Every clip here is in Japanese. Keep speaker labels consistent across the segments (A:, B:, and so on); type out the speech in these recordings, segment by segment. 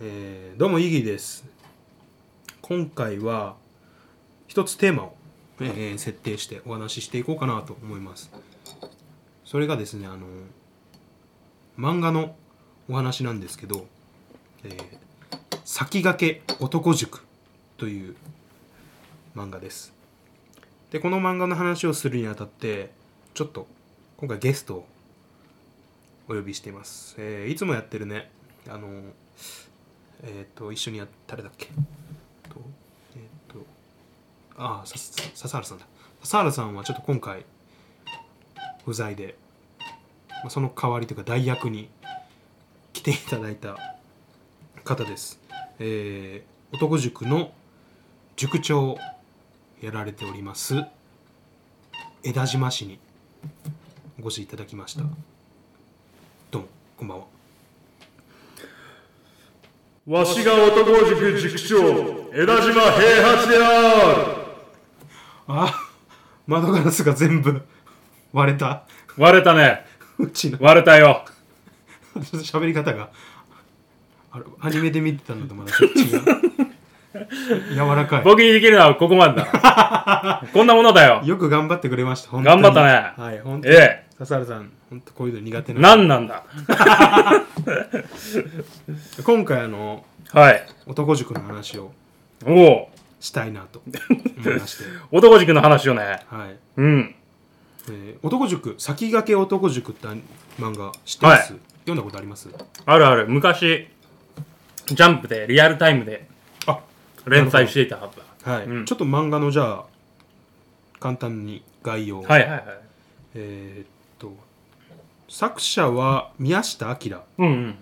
A: えーどうもイギーです今回は一つテーマを、
B: え
A: えー設定してお話ししていこうかなと思いますそれがですねあの漫画のお話なんですけど「えー先駆け男塾」という漫画ですでこの漫画の話をするにあたってちょっと今回ゲストをお呼びしています、えーいつもやってるねあのえっ、と一緒にやっ誰だっけとえっ、とああささ笹原さんだ笹原さんはちょっと今回不在で、まあ、その代わりというか代役に来ていただいた方ですえー男塾の塾長をやられております江田島市にお越しいただきましたどうもこんばんは
C: わしが男塾塾長、江田島平八である
A: あ窓ガラスが全部割れた
C: 割れたね。
A: うちの
C: 割れたよ。
A: 喋り方があれアニメで見てたのとまだちょっと違う柔らかい
C: 僕にできるのはここまでだ。 こんなものだよ。
A: よく頑張ってくれました本当に
C: 頑張ったね
A: はい本当に
C: ええ。
A: 笹原さん本当こういうの苦手な
C: 何なんだ
A: 今回あの
C: はい。
A: 男塾の話を
C: おお。
A: したいなと思いま して
C: 男塾の話よね。
A: はい、
C: うん。
A: えー男塾先駆け男塾って漫画知ってます、
C: は
A: 読んだことあります
C: あるある。昔、ジャンプでリアルタイムで
A: あ
C: 連載していたはずだ。
A: はい、
C: うん
A: ちょっと漫画のじゃあ簡単に概要を
C: はいはいはい。
A: えーっと作者は宮下明
C: うんうん。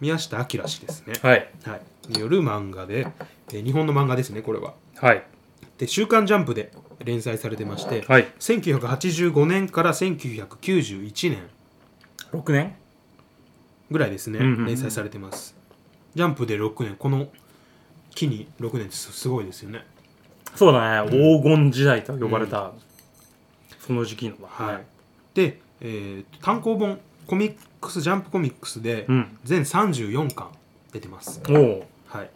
A: 宮下明氏ですね、
C: はい。
A: はい、による漫画で、えー日本の漫画ですねこれは
C: はい。
A: で「週刊ジャンプ」で連載されてまして、
C: はい。
A: 1985年から1991年
C: 6年
A: ぐらいですね、
C: うんうんうん
A: 連載されてますジャンプで6年この期に6年ってすすごいですよね
C: そうだね。黄金時代と呼ばれた、その時期の。
A: はいで、えー単行本コミックスジャンプコミックスで
C: うん。
A: 全34巻出てます
C: おお。
A: はい、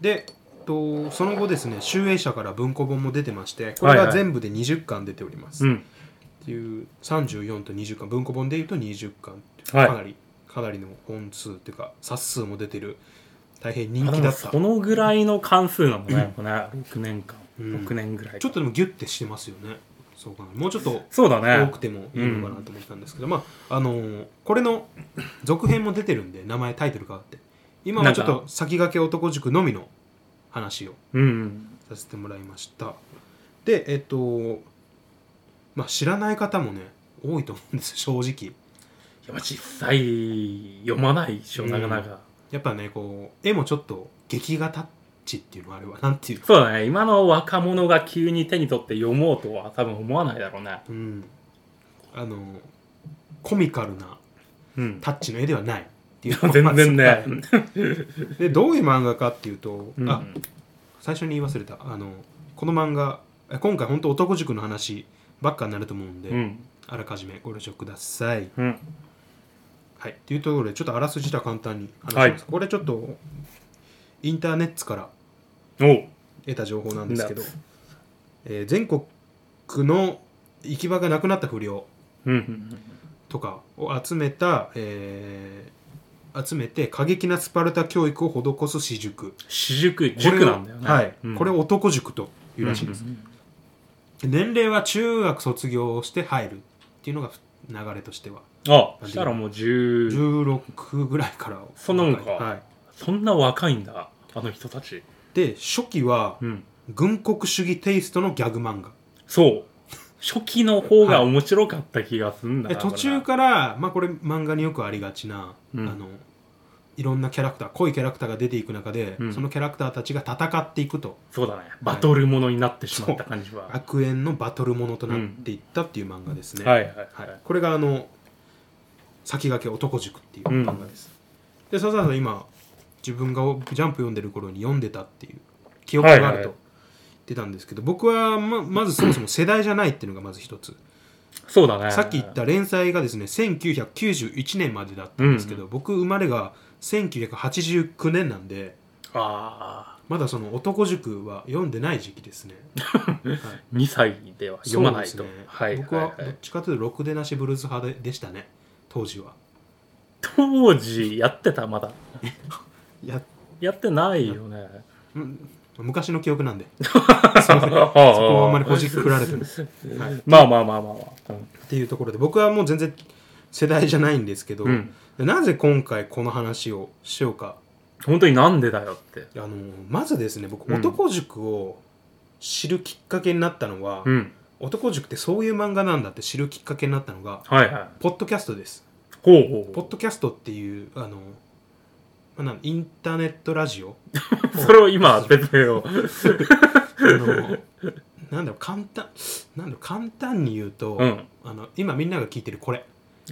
A: で、えっと、その後ですね集英社から文庫本も出てましてこれ
C: はい
A: が
C: はい
A: 全部で20巻出ております、
C: うん。
A: っていう34と20巻文庫本でいうと20巻っていう
C: はい
A: かなり、かなりの本数っていうか冊数も出てる大変人
C: あで
A: 気
C: も
A: だった
C: そのぐらいの関数なのね、これね6年間、
A: うん
C: 6年ぐらい
A: ちょっとでもギュッてしてますよねそうかなもうちょっと
C: そうだ
A: 多
C: ね
A: くてもいいのかなと思ったんですけど、まああのーこれの続編も出てるんで名前タイトル変わって今はちょっと先駆け男塾のみの話を
C: うん
A: させてもらいましたでえっとまあ知らない方もね多いと思うんです正直
C: いやまあ実際読まないでしょ、
A: うん
C: なかなか
A: やっぱねこう絵もちょっと劇画タッチっていうのはあれはなんていうか
C: そうだね今の若者が急に手に取って読もうとは多分思わないだろうね
A: うんあのコミカルな
C: うん
A: タッチの絵ではないっていう
C: 全然ね、
A: はいでどういう漫画かっていうと、
C: うん、
A: あ最初に言い忘れたあのこの漫画え今回本当男塾の話ばっかになると思うんで、
C: うん
A: あらかじめご了承ください
C: うん
A: はい、というところでちょっとあらすじとは簡単に話します、
C: はい
A: これちょっとインターネットから
C: おう
A: 得た情報なんですけど
C: な、
A: えー全国の行き場がなくなった不良
C: うんうん
A: とかを集めた、えー集めて過激なスパルタ教育を施す私塾
C: 私塾
A: これを
C: 塾なんだよね
A: はい
C: うん
A: これを男塾というらしいです、
C: うん
A: 年齢は中学卒業して入るっていうのが流れとしては
C: あそしたらもう10
A: 16ぐらいから
C: そんなもんか
A: はい、
C: そんな若いんだあの人たち
A: で初期は
C: うん
A: 軍国主義テイストのギャグ漫画
C: そう初期の方が面白かった気がすんだ
A: で
C: な、
A: 途中
C: こ
A: から、まあ、これ漫画によくありがちな、
C: うん
A: あのいろんなキャラクター濃いキャラクターが出ていく中で、
C: うん
A: そのキャラクターたちが戦っていくと
C: れそうだねバトルものになってしまった感じは、
A: 悪縁のバトルものとなっていったっていう漫画ですね、
C: はいはいはい、
A: はいこれがあの先駆け男塾っていう漫画です、で笹原さん今自分がジャンプ読んでる頃に読んでたっていう記憶があ
C: は
A: る
C: いは
A: と言
C: い
A: ってたんですけど、僕はままずそもそも世代じゃないっていうのがまず一つ
C: そうだね
A: さっき言った連載がですね1991年までだったんですけど、僕生まれが1989年なんで
C: ああ
A: まだその男塾は読んでない時期ですね
C: 2歳では読まないと、
A: そうですね
C: はい
A: 僕
C: はい
A: は
C: は
A: ど
C: い
A: っちかというとろくでなしブルース派ででしたね当時は
C: 当時やってたまだ
A: いや
C: やってない よね
A: うん昔の記憶なんで
C: そこ
A: こはあんまりほじくられても はい
C: まあまあまあまあまあうん
A: っていうところで僕はもう全然世代じゃないんですけど、
C: うん
A: でなぜ今回この話をしようか
C: 本当になんでだよって
A: あのまずですね僕
C: うん
A: 男塾を知るきっかけになったのは、
C: うん
A: 男塾ってそういう漫画なんだって知るきっかけになったのが
C: はいはい
A: ポッドキャストです
C: ほうほう
A: ポッドキャストっていうあの、まあなんインターネットラジオ
C: それを今別名を
A: あのなんだろう簡単なんだろう簡単に言うと、
C: うん
A: あの今みんなが聞いてるこれ
C: こ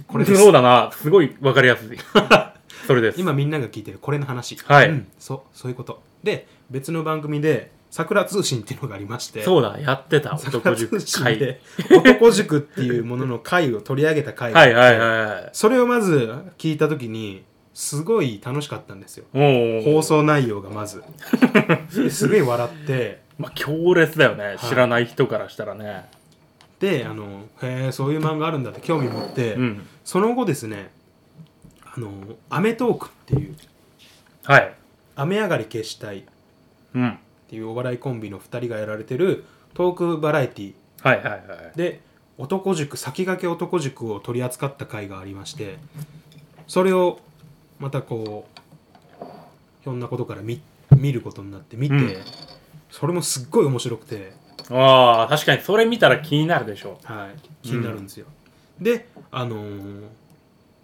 A: こ
C: れ
A: れです
C: そうだなすごいわかりやす いそれです
A: 今みんなが聞いてるこれの話
C: はい
A: うん、そうそういうことで別の番組で「桜通信」っていうのがありまして
C: そうだやっ てた男
A: 桜通
C: 塾
A: 信
C: 会
A: で男塾っていうものの回を取り上げた回
C: はいはいはい
A: それをまず聞いた時にすごい楽しかったんですよ
C: もう
A: 放送内容がまずですごい笑って
C: まあ強烈だよね
A: い
C: 知らない人からしたらね
A: であのへえそういう漫画あるんだって興味持って、
C: うん
A: その後ですね「あのアメトーク」っていう
C: はい
A: 「雨上がり消したい」っ
C: うん
A: ていうお笑いコンビの2人がやられてるトークバラエティ
C: はいはいはい
A: で男塾先駆け男塾を取り扱った回がありましてそれをまたこうひょんなことから見見ることになって見て、
C: うん
A: それもすっごい面白くて、
C: ああ確かにそれ見たら気になるでしょ
A: はい、気になるんですよ、であのー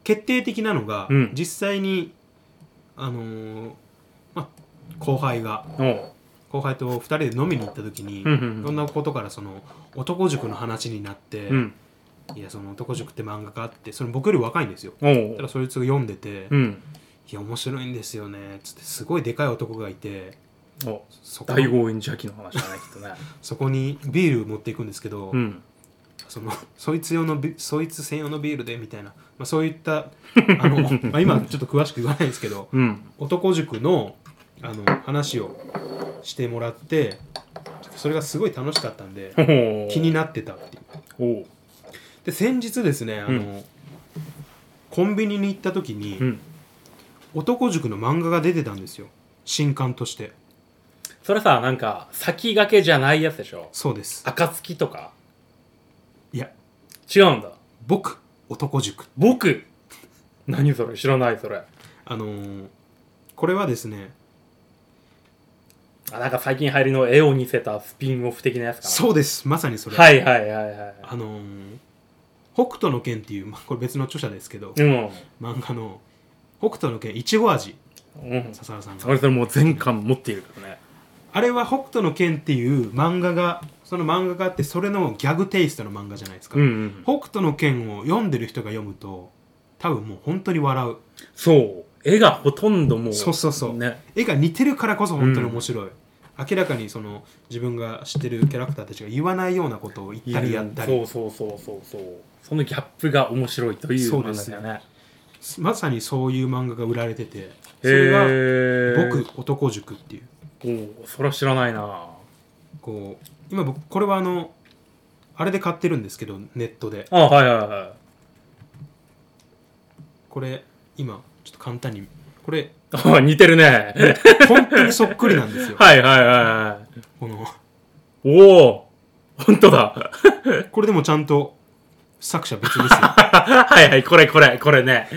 A: 決定的なのが、
C: うん
A: 実際にあのーまあ後輩が
C: うお
A: 後輩と2人で飲みに行った時に、
C: うんうんうん
A: いろんなことからその男塾の話になって、
C: ううん
A: いやその男塾って漫画家あってそれ僕より若いんですよ
C: お
A: ただ
C: う
A: そいつが読んでて「
C: う
A: い
C: ん
A: や面白いんですよね」つってすごいでかい男がいて
C: お
A: そこ
C: 大豪院邪気の話だねきっ とね
A: そこにビール持っていくんですけど、
C: うん
A: そのそいつ用のビそいつ専用のビールでみたいな、まあ、そういった あの、まあ、今ちょっと詳しく言わないですけど
C: うん
A: 男塾のあの話をしてもらってそれがすごい楽しかったんで気に
C: な
A: なってたっていう。
C: おう
A: で先日ですねあの、
C: うん
A: コンビニに行った時に、
C: うん
A: 男塾の漫画が出てたんですよ新刊として
C: それさなんか先駆けじゃないやつでしょ
A: そうです
C: 暁とか
A: いや
C: 違うんだ
A: 僕男塾
C: 僕何それ知らないそれ
A: あのーこれはですね
C: あなんか最近流行りの絵を似せたスピンオフ的なやつかな
A: そうですまさにそれ、
C: はいはいはいはい
A: あのー北斗の拳っていう、まあ、これ別の著者ですけど、
C: うん
A: 漫画の北斗の拳いちご味
C: うん
A: 笹原さん
C: それ
A: が
C: それもう全巻持っているからね
A: あれは北斗の拳っていう漫画がその漫画があってそれのギャグテイストの漫画じゃないですか、
C: うん、うん、
A: 北斗の拳を読んでる人が読むと多分もう本当に笑う
C: そう絵がほとんどもう
A: そうそうそう
C: ね
A: 絵が似てるからこそ本当に面白い、明らかにその自分が知ってるキャラクターたちが言わないようなことを言ったりやったり、
C: そうそうそうそうそうそのギャップが面白いという
A: そうですね
C: 漫画だよね
A: まさにそういう漫画が売られててそれが「
C: へえ
A: 僕男塾」っていう
C: おうそれは知らないな
A: こう今僕これはあのあれで買ってるんですけどネットで
C: あはいはいは
A: これ今ちょっと簡単にこれ
C: いあ似てる ね
A: 本当にそっくりなん ですよ
C: はいはいは
A: この
C: いおお本当だ
A: これでもちゃんと作者 別ですよ
C: はいはいこれこれこれね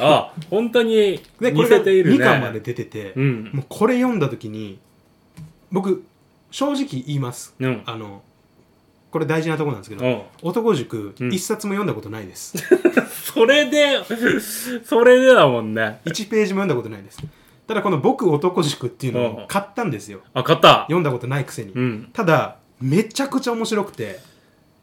C: あ本当に
A: でこ
C: 似
A: れが
C: せているね
A: 2巻まで出てて、
C: うん
A: もうこれ読んだ時に僕正直言います
C: うん
A: あのこれ大事なところなんですけ
C: う
A: ど
C: ん
A: 男塾
C: うん
A: 一冊も読んだことないです、
C: それでそれでだもんね
A: 1ページも読んだことないですただこの「僕男塾」っていうの
C: うん
A: を買ったんですよ
C: あ買った
A: 読んだことないくせに、
C: うん
A: ただめちゃくちゃ面白くて
C: へ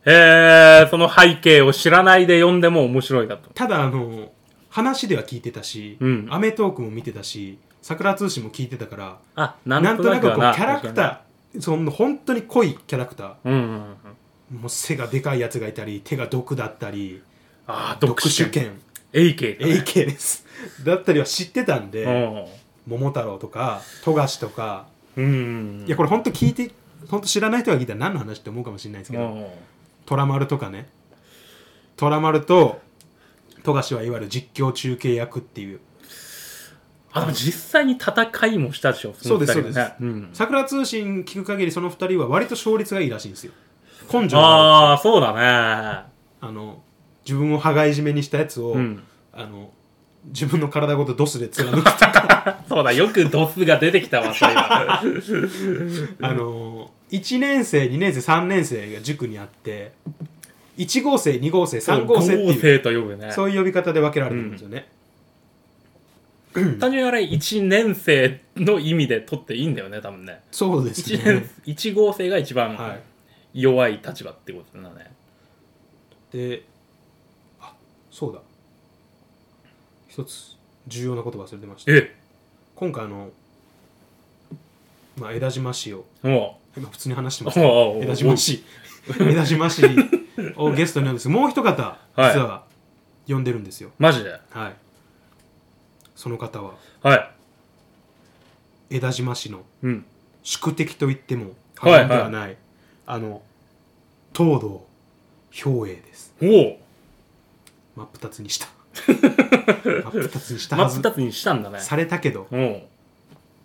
C: えその背景を知らないで読んでも面白いだと
A: ただあの話では聞いてたし『
C: うん
A: アメトーク』も見てたし『桜通信』も聞いてたから
C: あな
A: なん
C: ん
A: と
C: と
A: な
C: な
A: く
C: く
A: こ
C: は
A: うキ
C: な
A: ャラクターその本当に濃いキャラクター
C: うんうんうん
A: もう背がでかいやつがいたり手が毒だったり
C: ああ
A: 読
C: 読
A: 手
C: 書
A: 剣
C: AK だね
A: AK ですだったりは知ってたんで、桃太郎とか富樫とか
C: うんうん
A: いやこれ本当聞いて本当知らない人が聞いたら何の話って思うかもしれないですけ
C: う
A: ど
C: ん
A: 虎丸とかね虎丸と富樫はいわゆる実況中継役っていう
C: あでも実際に戦いもしたでしょ
A: そうです
C: の二人がね
A: そう
C: うん
A: 桜通信聞く限りその2人は割と勝率がいいらしいんですよ根性があ
C: ああそうだね
A: るあの自分を羽交い締めにしたやつを、
C: うん
A: あの自分の体ごとドスで貫く
C: そうだよくドスが出てき たわそれは
A: あの1年生2年生3年生が塾にあって1号生2号生3号生って
C: 合
A: いう
C: 成と呼ぶね
A: そういう呼び方で分けられてるんですよね、
C: 単純にあれ1年生の意味で取っていいんだよね多分ね
A: そうです
C: 1
A: ね
C: 年1号生が一
A: は
C: 番
A: い
C: 弱い立場ってことだね
A: であそうだ一つ重要なこと忘れてました
C: え
A: 今回あの、まあ、江田島市を
C: も
A: 今普通に話して
C: う
A: ますね江田島市江田島市をゲストに呼んですもう一方実
C: はい
A: は呼んでるんですよ
C: マジで
A: はい、その方は
C: はい
A: 江田島市の
C: うん
A: 宿敵と言っても過
C: はい
A: 言ではない、あの東堂兵衛です
C: おお
A: 真っ二つに した真っ二つにした
C: 真
A: は
C: っ
A: ず
C: 二つにしたんだね
A: されたけど
C: おお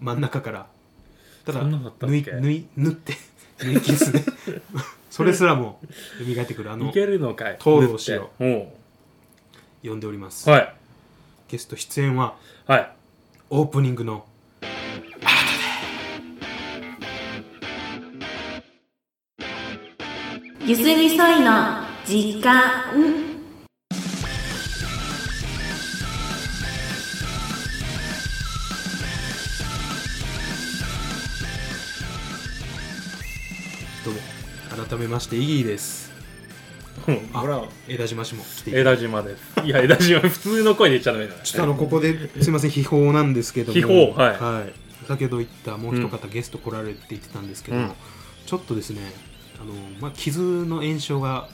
A: 真ん中からただ
C: そんなのだったっ
A: 縫
C: け
A: い縫い縫って 縫い消すね それすらも蘇ってくるあ
C: い
A: の
C: けるのかい
A: 東堂しよ
C: うお
A: 呼んでおります、
C: おはい
A: ゲスト出演は
C: はい
A: オープニングの
D: ゆすみそいの時間
A: どうも改めましてイギーです
C: うん
A: あ
C: ほら
A: 江田島氏も来ている
C: 江田島ですいや江田島普通の声で言っちゃダメだね
A: ちょっとあのここですいません秘宝なんですけども
C: 秘宝はい
A: 先ほど言ったもう一方、ゲスト来られて言ってたんですけど、
C: うん
A: ちょっとですねあの、まあ、傷の炎症が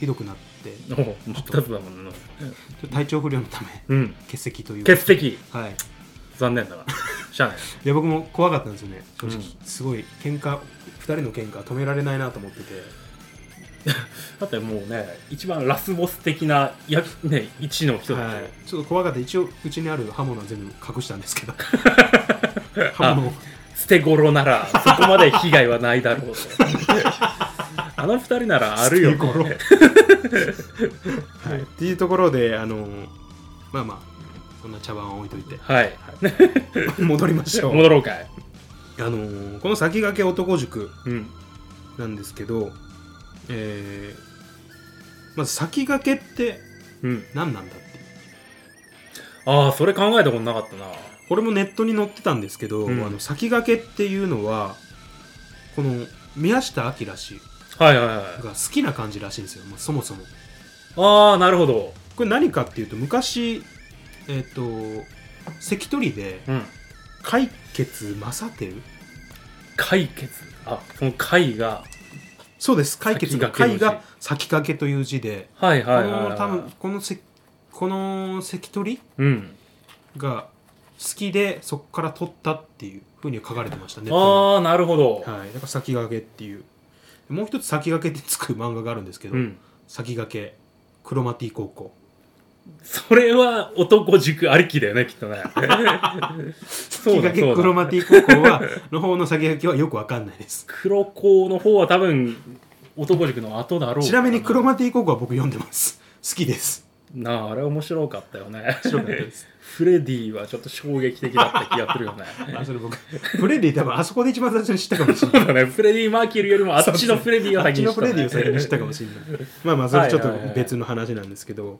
A: ひどくなってちょ
C: おお真っ二つだもんな
A: っと体調不良のため
C: うん
A: 欠席という
C: 欠席
A: はい
C: 残念だな しゃあない
A: で僕も怖かったんですよね正直、
C: うん
A: すごい喧嘩二人の喧嘩止められないなと思ってて
C: だってもうね一番ラスボス的なやね一の人だ
A: は
C: よ
A: い、ちょっと怖かった一応うちにある刃物は全部隠したんです けど 刃物を
C: 捨て頃ならそこまで被害はないだろうと あの二人ならあるよ、ね、
A: 捨て頃はい、っていうところであのまあまあそんな茶番は置いといて
C: はい
A: 戻りましょう
C: 戻ろうかい
A: あのこの先駆け男塾
C: うん
A: なんですけどえーまず先駆けって
C: うん
A: 何なんだっていう
C: ああそれ考えたことなかったな
A: これもネットに載ってたんですけど、
C: うん
A: あの先駆けっていうのはこの宮下明氏
C: はいはいはい
A: が好きな感じらしいんですよ、まあ、そもそも
C: ああなるほど
A: これ何かっていうと昔えっ、と関取で
C: うん
A: 解決正輝
C: 解決あその解が
A: そうです解決が
C: 先駆
A: 解
C: けの字
A: が先駆けという字で、
C: はいはいはい、
A: こ
C: は
A: の
C: い、
A: 多分このせこの関取
C: うん
A: が好きでそこから取ったっていうふうに書かれてましたね
C: ああなるほど、
A: はい、だから先駆けっていうもう一つ先駆けってつく漫画があるんですけど、
C: うん
A: 先駆けクロマティ高校
C: それは男塾ありきだよねきっと ねそ
A: 先
C: うだ
A: 駆
C: そ
A: け
C: うだ
A: クロマティ高校はの方の先駆けはよくわかんないです
C: 黒子の方は多分男塾の後だろう
A: ちなみにクロ
C: 子
A: マティ高校は僕読んでます好き です
C: なああれ面白かったよね
A: 面白かったです
C: フレディはちょっと衝撃的だった気がするよね
A: あそれ僕フレディ多分あそこで一番最初に知ったかもしれない
C: そうだねフレディ・マーキュリーよりも あっちのフレディを
A: あっ
C: 先
A: ち
C: に
A: の
C: 知
A: フ
C: ったね
A: レディを先に知ったかもしれないまあまあそれちょっと
C: はいはいはい
A: 別の話なんですけど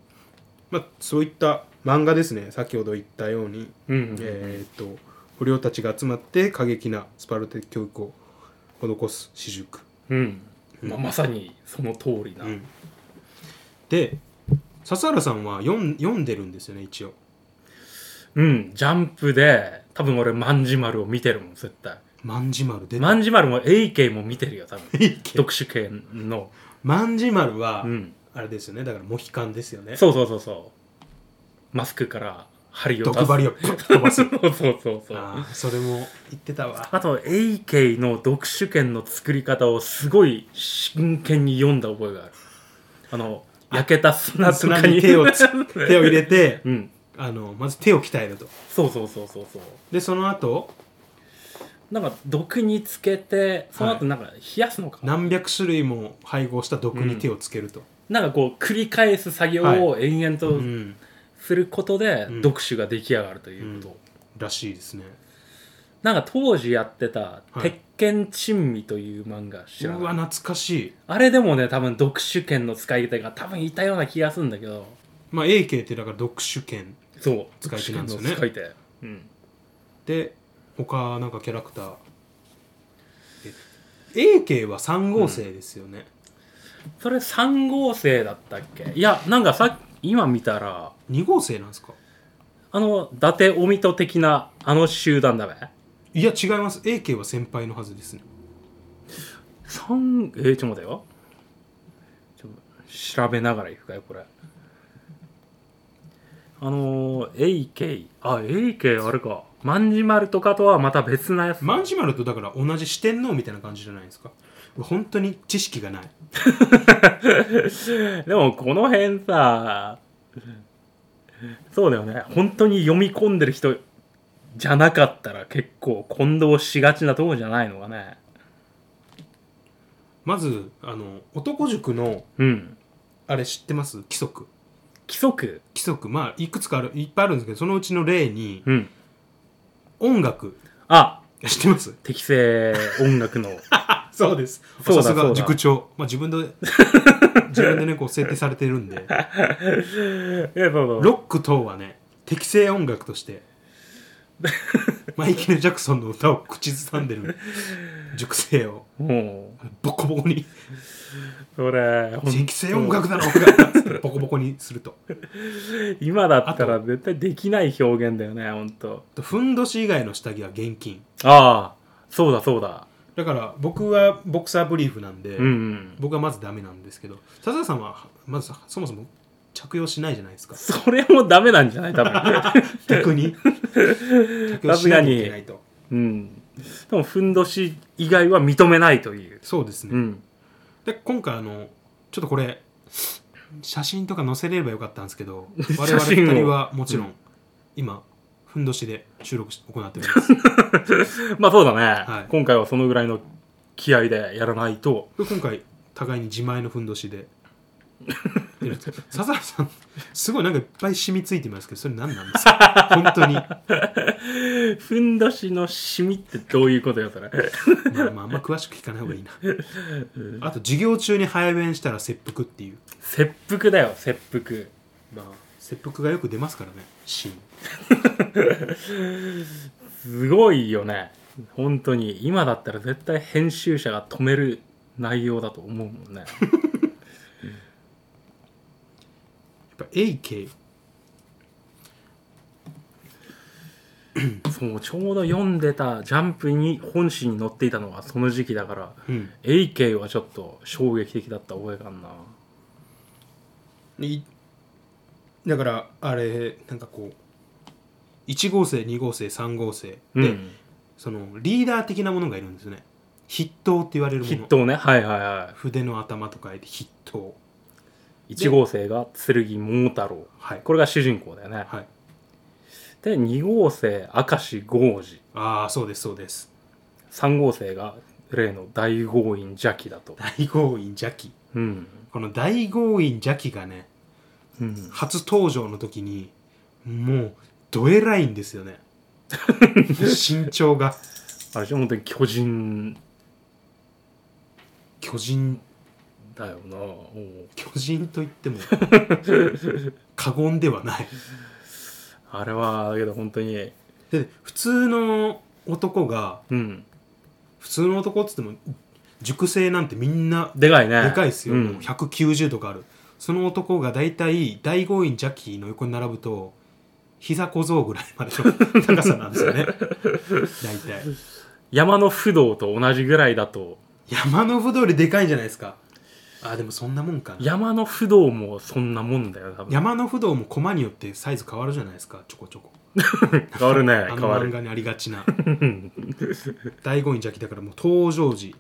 A: まあそういった漫画ですね先ほど言ったように、
C: うんうんうん
A: えーっと不良たちが集まって過激なスパルタ教育を施す私塾、
C: うん、まあ、まさにその通りな、
A: うんで笹原さんは読ん読んでるんですよね一応
C: うん、ジャンプで、多分俺、万事丸を見てるもん、絶対。
A: 「万事丸」出て
C: 万事丸も AK も見てるよ、多分。
A: いけど
C: 特殊系の。
A: 万事丸は、
C: うん。
A: あれですよねだからモヒカンですよね
C: そうそうそうそマスクから針を出す
A: 毒針をプッと飛ばす
C: そうそうそうそうあ
A: あーそれも言ってた わ
C: と AK の読書券の作り方をすごい真剣に読んだ覚えがあるあの焼けた砂と
A: 砂
C: かに
A: に手をつ手を入れて
C: うん
A: あのまず手を鍛えると
C: そうそうそうそうそう
A: でその後
C: なんか毒につけてその後なんか冷やすのかな、
A: 何百種類も配合した毒に手をつけると、
C: なんかこう繰り返す作業を延々
A: う
C: と
A: ん
C: することで
A: うん
C: 読書が出来上がるということ、
A: うんらしいですね
C: なんか当時やってた
A: い
C: 「鉄拳珍味」という漫画知
A: う
C: ら
A: わ
C: ない
A: 懐かしい
C: あれでもね多分読書券の使い手が多分いたような気がするんだけど
A: まあ AK ってだから読書券
C: そう
A: 使い手
C: 読書
A: な
C: 券
A: んですよ
C: の
A: ね
C: 使い手うん
A: で他なんかキャラクターえ AK は3号生ですよね、
C: それ3号生だったっけいやなんかさっき今見たら
A: 2号生なんですか
C: あの伊達おみと的なあの集団だべ
A: いや違います AK は先輩のはずですね
C: 三えー、ちょっと待てよちょっと調べながらいくかよこれあのー、AK あ AK あれか万事丸とかとはまた別なやつ
A: マンジマルとだから同じ四天王みたいな感じじゃないですか本当に知識がない
C: でもこの辺さそうだよね本当に読み込んでる人じゃなかったら結構混同しがちなとこじゃないのかね
A: まずあの男塾の
C: うん
A: あれ知ってます規則
C: 規則
A: 規則まあいくつかあるいっぱいあるんですけどそのうちの例に
C: うん
A: 音楽
C: あ
A: 知ってます
C: 適正音楽 の
A: そうです
C: そ
A: さ
C: うだ
A: す
C: そう
A: が
C: だ
A: 塾長、まあ、自分で自分でねこう設定されてるんで
C: えそうそう
A: ロック等はね適正音楽としてマイケル・ジャクソンの歌を口ずさんでる塾生を
C: もう
A: ボコボコに
C: それほん
A: 適正音楽だろ音楽だっつってボコボコにすると
C: 今だったら絶対できない表現だよねほんと
A: とふんどし以外の下着は現金
C: ああそうだそうだ
A: だから僕はボクサーブリーフなんで、
C: うんうん
A: 僕はまずダメなんですけど笹田さんはまずそもそも着用しないじゃない ですか
C: それもダメなんじゃない多 分
A: 逆に着用しないといけないと
C: うんでもふんどし以外は認めないという
A: そうですね、
C: うん
A: で今回あのちょっとこれ写真とか載せれればよかったんですけ ど我々
C: 写真を
A: 二人はもちろん、今ふんどしで収録し行っております
C: まあそうだね、
A: はい
C: 今回はそのぐらいの気合でやらないと
A: で今回互いに自前のふんどし でやるんですけど笹原さんすごいなんかいっぱい染みついてますけどそれ何なんですか 本当にま
C: ふんどしのシミってどういうことよそ れ
A: あまああんま詳しく聞かない方がいいなあと授業中に排便したら切腹っていう
C: 切腹だよ切腹
A: まあ切腹がよく出ますからねシーン
C: すごいよね本当に今だったら絶対編集者が止める内容だと思うもんね
A: やっぱ AK
C: そうちょうど読んでた「ジャンプ」に本誌に載っていたのがその時期だから
A: うん、
C: AK はちょっと衝撃的だった覚えがあんない
A: だからあれなんかこう1号生2号生3号生で、
C: うん
A: そのリーダー的なものがいるんですよね筆頭って言われるも
C: 筆
A: の
C: 頭ねはいはいは
A: 筆の頭と書いて筆頭
C: い1号生が剣桃太郎
A: はい
C: これが主人公だよね
A: はい
C: で2号生明石剛二
A: ああそうですそうです
C: 3号生が例の大豪院邪気だと
A: 大豪院邪気
C: うん、
A: この大豪院邪気がね
C: うん、
A: 初登場の時にもうどえらいんですよね身長が
C: あれじゃ本当に巨人
A: 巨人
C: だよなもう
A: 巨人といっても過言ではない
C: あれはだけど本当に
A: で普通の男が
C: うん
A: 普通の男っつっても熟成なんてみんな
C: でかいね
A: でかいですよ、
C: う、
A: もうん190とかあるその男が大体大豪院ジャッキーの横に並ぶと膝小僧ぐらいまでの高さなんですよね大体
C: 山の不動と同じぐらいだと
A: 山の不動よりでかいんじゃないですかあでもそんなもんかな
C: 山の不動もそんなもんだよ多分
A: 山の不動もコマによってサイズ変わるじゃないですかちょこちょこ
C: 変わるね
A: あ
C: 変
A: の
C: わ
A: 漫
C: る
A: 画にありがちな第5位邪気だからもう登場時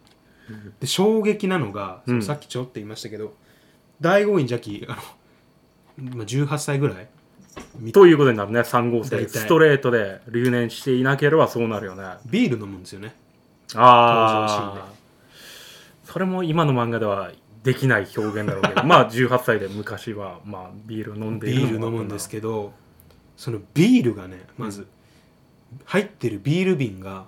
A: で衝撃なのが、
C: うん
A: さっきちょろっと言いましたけど第5位邪気あの、まあ、18歳ぐらい
C: ということになるね3号
A: 大
C: 線
A: 体
C: ストレートで留年していなければそうなるよね
A: ビール飲むんですよね登場シーン
C: ああそれも今の漫画ではできない表現だろうけ どまあ18歳で昔はまあビール飲んでい
A: ビ
C: る
A: ール飲むんですけどそのビールがねまず、入ってるビール瓶が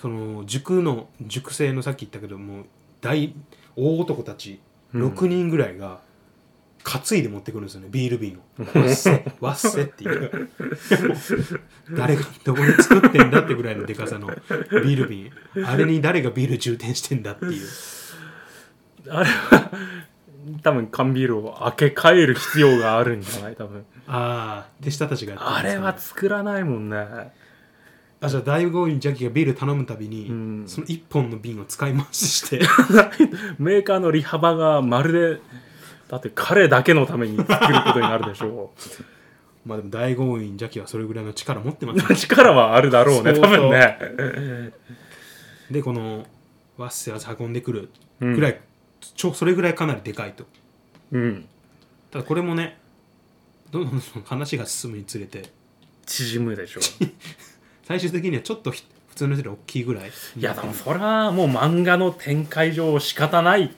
A: その熟の熟成のさっき言ったけどもう大大男たち
C: うん
A: 6人ぐらいが担いで持ってくるんですよねビール瓶をわっせわっせっていう誰がどこで作ってんだってぐらいのでかさのビール瓶あれに誰がビール充填してんだっていう
C: あれは 多分缶ビールを開け替える必要があるんじゃない多分
A: ああ手下たちがやってる
C: あ
A: んです
C: れ
A: かね
C: は作らないもんね
A: あじゃあ大悟院ジャッキーがビール頼むたびに、
C: うん
A: その1本の瓶を使い回しして
C: メーカーの利幅がまるでだって彼だけのために作ることになるでしょ
A: まあでも大悟院ジャッキーはそれぐらいの力持ってますね
C: う 力はあるだろうね
A: そう
C: 多
A: そう
C: 分ね
A: でこのワッセア運んでくる
C: うん
A: ぐらい、ちょそれぐらいかなりでかいと
C: うん
A: ただこれもねどんどんどんどん話が進むにつれて
C: 縮むでしょう
A: 最終的にはちょっとひ普通の人より大きいぐらい
C: いやでもそれはもう漫画の展開上仕方ない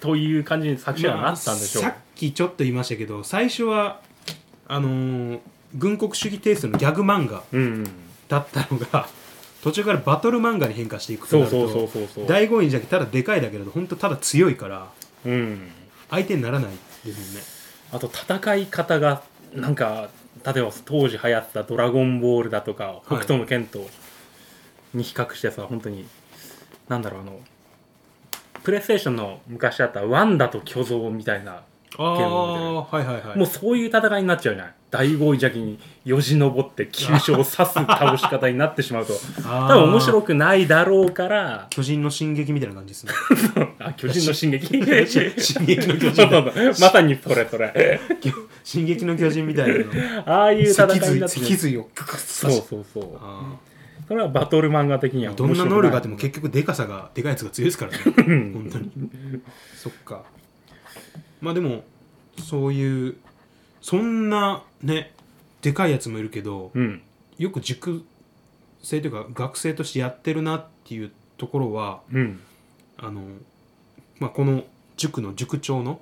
C: という感じに作者は
A: まあ
C: なったんでしょう、
A: さっきちょっと言いましたけど最初はあのー軍国主義テイストのギャグ漫画
C: うんうん
A: だったのが途中からバトル漫画に変化していくと
C: そ
A: な
C: う
A: る
C: そう
A: と
C: そうそうそう
A: 第5位じゃなくてただでかいだけだと本当ただ強いから
C: うん
A: 相手にならないです
C: あと戦い方がなんか例えば当時流行った「ドラゴンボール」だとか「北斗の拳」とに比較してさ本当になんだろうあのプレイステーションの昔あった「ワンダと巨像」みたいな
A: もんね
C: ゲームを
A: あーはいはいはい
C: もうそういう戦いになっちゃうじゃない大合意邪気によじ登って急所を刺す倒し方になってしまうと
A: あー
C: 多分面白くないだろう から
A: 巨人の進撃みたいな感じですね
C: あ巨人の進撃
A: 進撃の巨
C: そう
A: 人
C: そうそう まさにそれそれ
A: 進撃の巨人みたいなの
C: ああいう戦
A: 脊
C: いに
A: 髄
C: なって
A: 脊髄をククッ
C: そう
A: 刺し
C: そうそう
A: あ
C: それはバトル漫画的には
A: ーどんな能力があっても
C: 結
A: 結局でかさがでかいやつが強いですからね本当にそっかまあでもそういうそんなねでかいやつもいるけど、
C: うん
A: よく塾生というか学生としてやってるなっていうところは
C: うん
A: あの、まあ、この塾の塾長の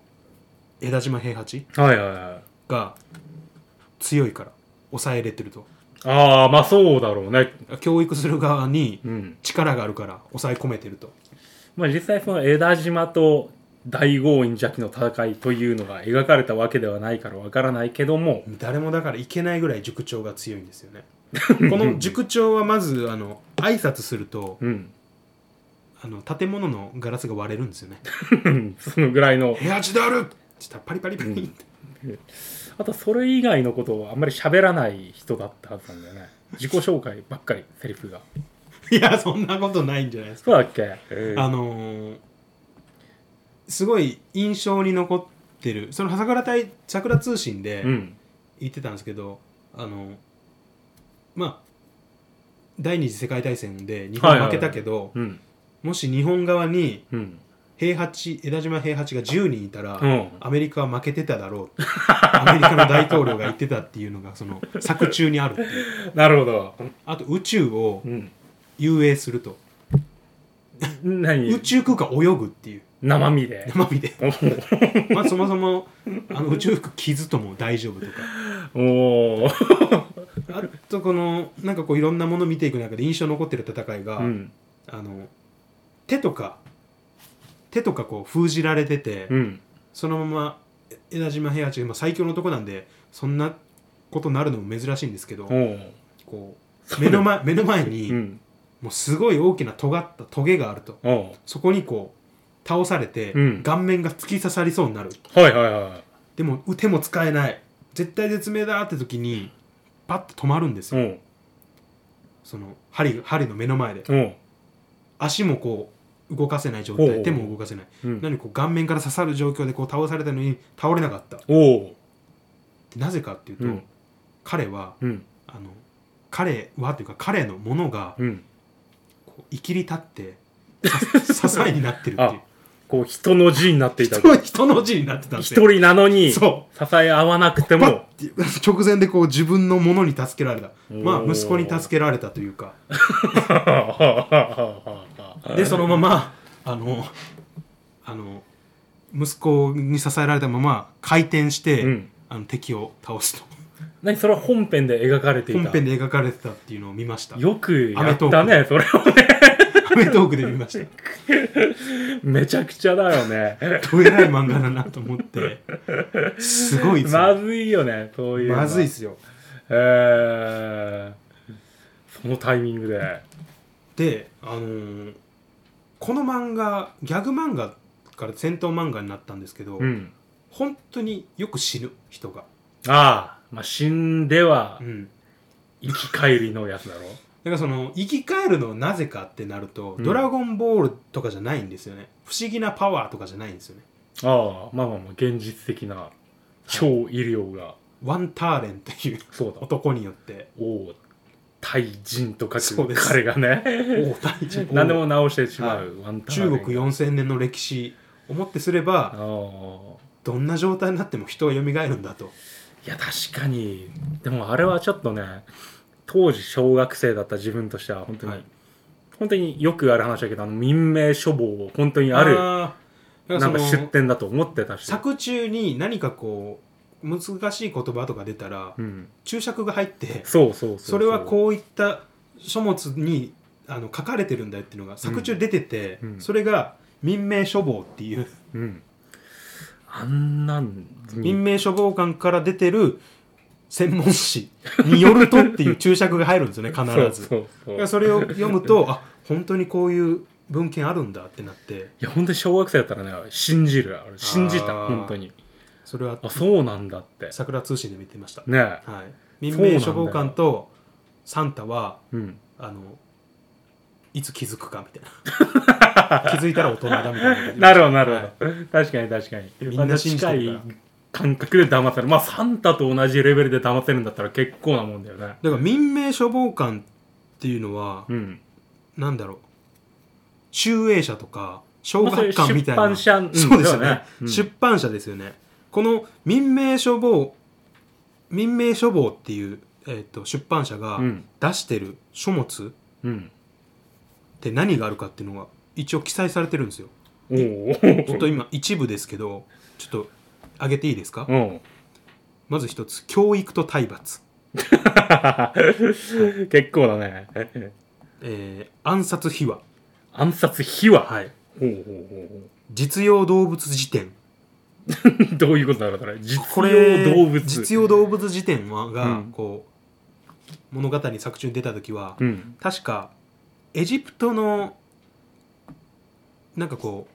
A: 枝島平八
C: はいはいはい
A: が強いから抑えれてると
C: ああまあそうだろうね
A: 教育する側に
C: うん
A: 力があるから抑え込めてると
C: まあ実際その枝島と大豪院邪気の戦いというのが描かれたわけではないからわからないけども
A: 誰もだからいけないぐらい塾長が強いんですよ ねこの塾長はまずあの挨拶すると
C: うん
A: あの建物のガラスが割れるんですよね
C: うんそのぐらい
A: 「
C: の
A: 平八である!」って言ったらパリパリパリって、
C: あとそれ以外のことをあんまり喋らない人だったはずなんだよね自己紹介ばっかりセリフが
A: いやそんなことないんじゃないですか
C: そうだっけ、
A: あのーすごい印象に残ってるその桜対桜通信で
C: うん
A: 言ってたんですけど、あのーまあ第二次世界大戦で日
C: は
A: 本
C: いは
A: 負
C: いはい
A: けたけど、
C: うん
A: もし日本側に
C: うん
A: 平八江田島平八が10人いたら、
C: うん
A: アメリカは負けてただろうってアメリカの大統領が言ってたっていうのがその作中にあるっていう
C: なるほど
A: あと宇宙を
C: うん
A: 遊泳すると宇
C: 何
A: 宙空間泳ぐっていう
C: 生身で
A: 生身でまあそもそもあの宇宙服傷とも大丈夫とか
C: おお
A: あとこのなんかこういろんなもの見ていく中で印象残ってる戦いが、
C: うん
A: あの手とか手とかこう封じられてて、
C: うん
A: そのまま江田島平八がまあ最強のとこなんでそんなことなるのも珍しいんですけど、
C: おー
A: こう目の前目の前に、
C: うん
A: もうすごい大きな尖ったトゲがあると
C: おー
A: そこにこう倒されて、
C: うん
A: 顔面が突き刺さりそうになる
C: はいはいはい
A: でも手も使えない絶対絶命だって時にパッと止まるんです
C: お
A: よ、
C: ー
A: その針針の目の前で
C: おー
A: 足もこう動かせない状
C: おうお
A: 態
C: う
A: 手も動かせない、
C: うん
A: 何こう顔面から刺さる状況でこう倒されたのに倒れなかった
C: おお
A: なぜかっていうと、
C: うん
A: 彼は
C: うん
A: あの彼はというか彼のものが
C: うん
A: こう生きり立ってさ 支えになってるっていう
C: あこう人の字になっていた
A: 人人の字になってたんで
C: 一人なのに支
A: そ
C: え合わなくて
A: パッ
C: も
A: て直前でこう自分のものに助けられた
C: おー
A: まあ息子に助けられたというか
C: で
A: でそのままあのあの息子に支えられたまま回転して、
C: うん
A: あの敵を倒すと
C: 何それは本編で描かれていた
A: 本編で描かれてたっていうのを見ました
C: よく
A: ア
C: や
A: メ
C: っ
A: トーク
C: たねそれを ね
A: アメトークで見ました
C: めちゃくちゃだよね
A: どえらい漫画だなと思ってすごいです
C: ま
A: よ
C: ずいよねそういうの
A: まずいっすよ
C: えーそのタイミングで
A: であのーこの漫画ギャグ漫画から戦闘漫画になったんですけど、
C: うん
A: 本当によく死ぬ人が、
C: ああまあ死んでは
A: うん、
C: 生き返りのやつだろ
A: だからその生き返るのはなぜかってなると、
C: うん
A: ドラゴンボールとかじゃないんですよね不思議なパワーとかじゃないんですよね
C: ああまあまあまあ現実的な超医療が、
A: ワンターレンという
C: そうだ
A: 男によって
C: 王対人と
A: そ
C: 書
A: う
C: く
A: です
C: 彼が ね
A: 王大臣
C: 何でも直してしまう、ワンターレン
A: 中国4000年の歴史をもってすれば
C: ああ
A: どんな状態になっても人は蘇るんだと
C: いや確かにでもあれはちょっとね当時小学生だった自分としては本当に、
A: はい
C: 本当によくある話だけどあの民命処方を本当にあ
A: ー
C: る
A: だ
C: なん
A: ら
C: か
A: そ
C: 出
A: の
C: 典だと思ってたし、
A: 作中に何かこう難しい言葉とか出たら、
C: うん、
A: 注釈が入って
C: そうそうそう
A: それはこういった書物にあの書かれてるんだよっていうのが作中出てて、
C: うん
A: それが民命処方っていう、
C: う、うん、あんなん
A: 民命処方官から出てる専門誌によるとっていう注釈が入るんですよね必ず
C: そうそ
A: だ
C: うそう
A: から
C: い
A: それを読むとあ本当にこういう文献あるんだってなって
C: や本当に小学生だったらね信じるあれ信じた
A: あー
C: 本当に
A: それは
C: あそうなんだって
A: 桜通信で見てました、
C: ねえ
A: はい、民命処方官とサンタは
C: うん
A: あのいつ気づくかみた いな気づいたら大人だみたいな
C: なるほどなるほど、確かに確かに
A: みんな信じてるから
C: 近い感覚で騙されるまあサンタと同じレベルで騙せるんだったら結構なもんだよね
A: だから民命処方官っていうのは、
C: うん
A: なんだろう集英社とか小
C: まあそうい
A: 学
C: う
A: 館みたいな、
C: 出版社うん
A: そうですよ
C: だ
A: ね
C: よねうん
A: 出版社ですよねこの民命処方民命処方っていう、えー、と出版社が
C: うん
A: 出してる書物っ
C: うん
A: て何があるかっていうのが一応記載されてるんですよ
C: おお
A: ちょっと今一部ですけどちょっと上げていいですか、
C: うん
A: まず一つ教育と体罰
C: 結構だね
A: えー暗殺秘話、
C: 暗殺秘話、
A: はい、
C: ほうほうほ
A: 実用動物辞典
C: うほう どういうことだろうそれ実
A: これ
C: 用動物
A: 実用動物辞典はが、
C: うん
A: こう物語に作中に出た時は、
C: うん
A: 確かエジプトのなんかこ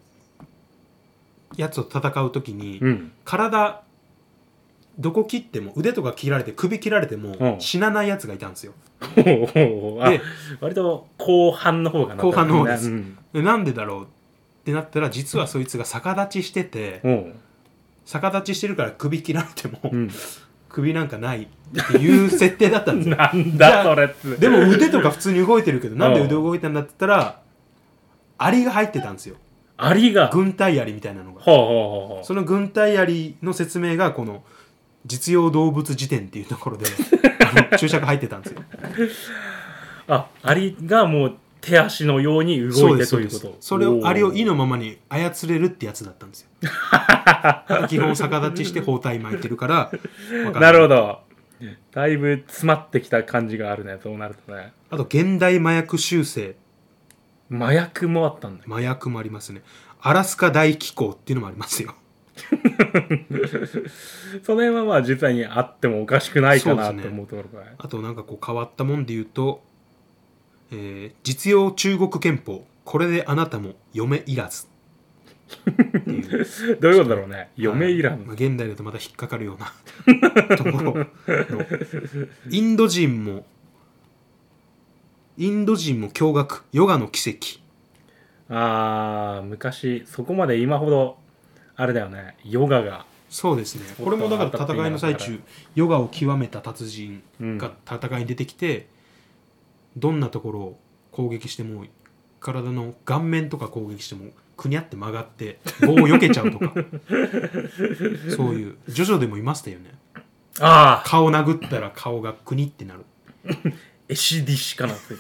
A: うやつと戦う時に、
C: うん
A: 体どこ切っても腕とか切られて首切られても、
C: うん
A: 死なないやつがいたんですよ
C: ほうほうほうあ
A: で
C: 割と後半の方かな
A: 後半の方です
C: うん
A: でなんでだろうってなったら実はそいつが逆立ちしてて、
C: おう
A: 逆立ちしてるから首切られても、
C: うん、
A: 首なんかないっていう設定だったんですよ
C: なん
A: じゃ
C: だ
A: あ
C: それっつ
A: でも腕とか普通に動いてるけどなんで腕
C: うん
A: 動いたんだって言ったらアリが入ってたんですよ
C: アリがほう
A: 軍隊アリみたいなのが
C: ほうほうほう
A: その軍隊アリの説明がこの実用動物辞典っていうとこ ろであの注釈入ってたんですよ
C: あアリがもう手足のように
A: そ
C: 動
A: う
C: い
A: で
C: て
A: すそ
C: と
A: うで
C: いうこ
A: す
C: と
A: それをアリを意の
C: ま
A: ままに操れるってやつだったんです よ基本逆立ちして包帯巻いてるからわかん
C: なるほ
A: ど
C: どだいぶ詰まってきた感じがあるねそうなるとね
A: あと現代麻薬修正
C: 麻薬もあったんだ
A: 麻薬もありますねアラスカ大気候っていうのもありますよ
C: その辺はまあ実際にあってもおかしくないかな
A: そうですね
C: と思うところかい、
A: あとなんかこう変わったもんで言うと、えー実用中国憲法これであなたも嫁いらずっていう
C: どういうことだろうね嫁いら
A: まあ
C: ん
A: 現代だとまた引っかかるような ところのインド人もインド人も驚愕ヨガの奇跡
C: あー昔そこまで今ほどあれだよねヨガが
A: そうですね
C: スポッ
A: こ
C: ト
A: れ
C: が
A: もだから戦いの最
C: 当たってい
A: 中ヨガを極めた達人
C: うん
A: が戦いに出てきて、どんなところを攻撃しても体の顔面とか攻撃してもくにゃって曲がって棒を避けちゃう とかそういうジョジョでもいましたよね
C: ああ
A: 顔殴ったら顔がくにってなる
C: エシディシかなって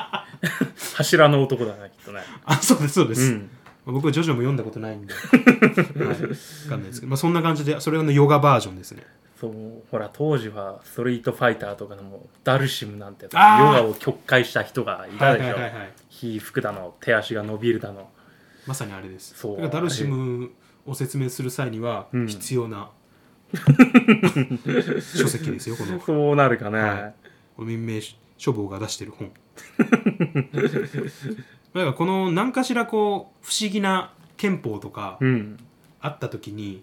C: 柱の男だねきっとね
A: あそうですそうで
C: う
A: す、
C: ん
A: 僕はジョジョも読んだこと ないんで、はい、分かんないですけど、まあ、そんな感じでそれのヨガバージョンですね
C: そうほら当時はストリートファイターとかのもうダルシムなんてヨ
A: あー
C: ガを曲解した人がいたでしょ、
A: はい
C: 火吹くだの手足が伸びるだの
A: まさにあれです
C: そう
A: だからダルシムを説明する際には
C: うん
A: 必要 な、書籍ですよこの
C: そうなるかね、
A: はこの民命書房が出してる 本だからこの何かしらこう不思議な憲法とか
C: うん
A: あった時に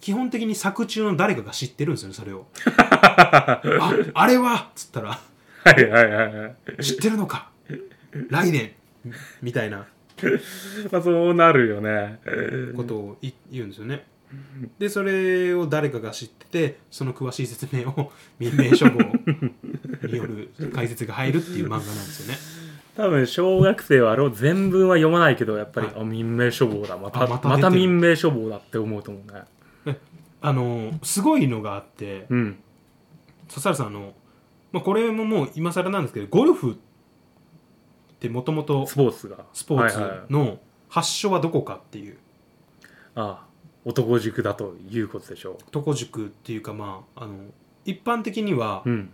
A: 基本的に作中の誰かが知ってるんですよねそ れをああれはっつったら
C: はいはいはいはい
A: 知ってるのか来年みたいな
C: まあそうなるよね
A: ことをい言うんですよね。でそれを誰かが知っててその詳しい説明を 民命書房による解説が入るっていう漫画なんですよね。
C: 多分小学生はあれを全文は読まないけどやっぱり、
A: はい
C: あ民命処方だまた
A: あ
C: ま
A: ま
C: た
A: た出てる
C: 民命処方だって思うと思うね
A: あのすごいのがあって
C: うん
A: 笹原さんあの、まあ、これももう今更なんですけどゴルフってもともと
C: スポーツが
A: スポーツ
C: はいはい
A: の発祥はどこかっていう
C: ああ男塾だということでしょ
A: 床塾っていうかまああの一般的には
C: ううん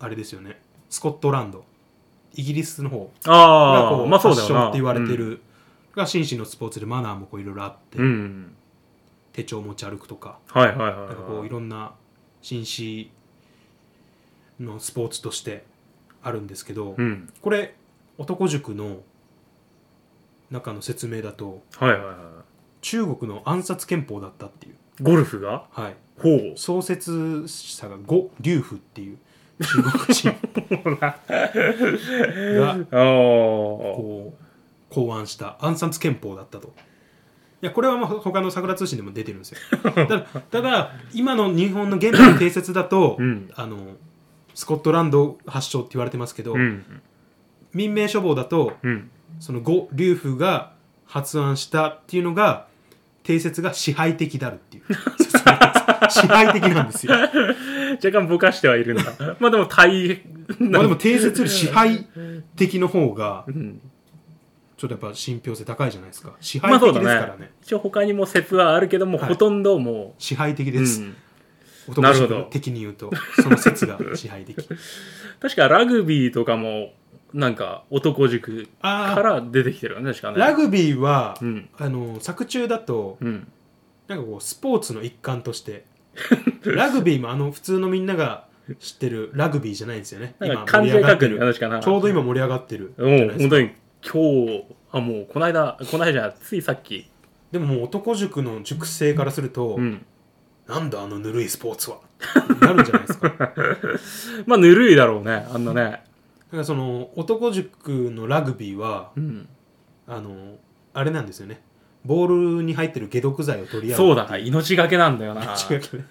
A: あれですよねスコットランドイギリスの方が
C: あ
A: こ
C: あ
A: う
C: まあそうだ
A: 発
C: よ
A: 祥
C: な
A: って言われてるが紳士のスポーツでマナーもこういろいろあって、
C: うん、うん
A: 手帳持ち歩くとか
C: はいはいはい
A: なんかこ
C: は
A: ういろんな紳士のスポーツとしてあるんですけど、
C: うん
A: これ男塾の中の説明だと
C: はいはいは
A: 中国の暗殺憲法だったっていう、
C: いゴルフが
A: はい、
C: ほう
A: 創設者が呉劉夫っていう中 国人が
C: ああ
A: こう考案した暗殺憲法だったと。いやこれはもう他の桜通信でも出てるん ですよ。ただただ今の日本の現代の定説だと、
C: うん
A: あのスコットランド発祥って言われてますけど、
C: うん
A: 民命処方だと
C: うん
A: その呉龍夫が発案したっていうのが定説が支配的であるっていう 説明です支配的なん ですよ。
C: 若干ぼかしてはいるんだ まあでも大変
A: ま
C: な
A: あでも定説より支配的の方が
C: うん
A: ちょっとやっぱ信憑性高いじゃないですか。支
C: まあ
A: 配
C: そ
A: 的で
C: うだ
A: すからね。
C: ね一応他にも説はあるけども、
A: はい
C: ほとんども
A: 支配的
C: う、
A: です。
C: うん
A: 男
C: なるほ
A: 塾
C: ど
A: 的に言うとその説 が支配的
C: 確かラグビーとかもなんか男塾か
A: ああ
C: ら出てきてるよね確かね
A: ラグビーは、
C: うん
A: あの作中だと
C: うん
A: なんかこうスポーツの一環としてラグビーもあの普通のみんなが知ってるラグビーじゃないんですよね
C: なんか
A: 今
C: 漢
A: 盛り
C: 字
A: 上
C: で
A: が
C: 書
A: っ
C: く
A: て
C: ん
A: る
C: だよ確かな
A: ちょうど今盛り上がってるじゃ
C: も
A: ないうです
C: 本
A: か
C: 当に今日あもうこの間この間じゃないついさっき
A: でももう男塾の塾生からすると、
C: うん
A: なんだあのぬるいスポーツはなるんじゃないです かだか
C: まあぬるいだろうねあんなね
A: らその男塾のラグビーは
C: うん
A: あのあれなんですよねボールに入ってる解毒剤を取り合う
C: そうだな命がけなんだよな
A: 違うけど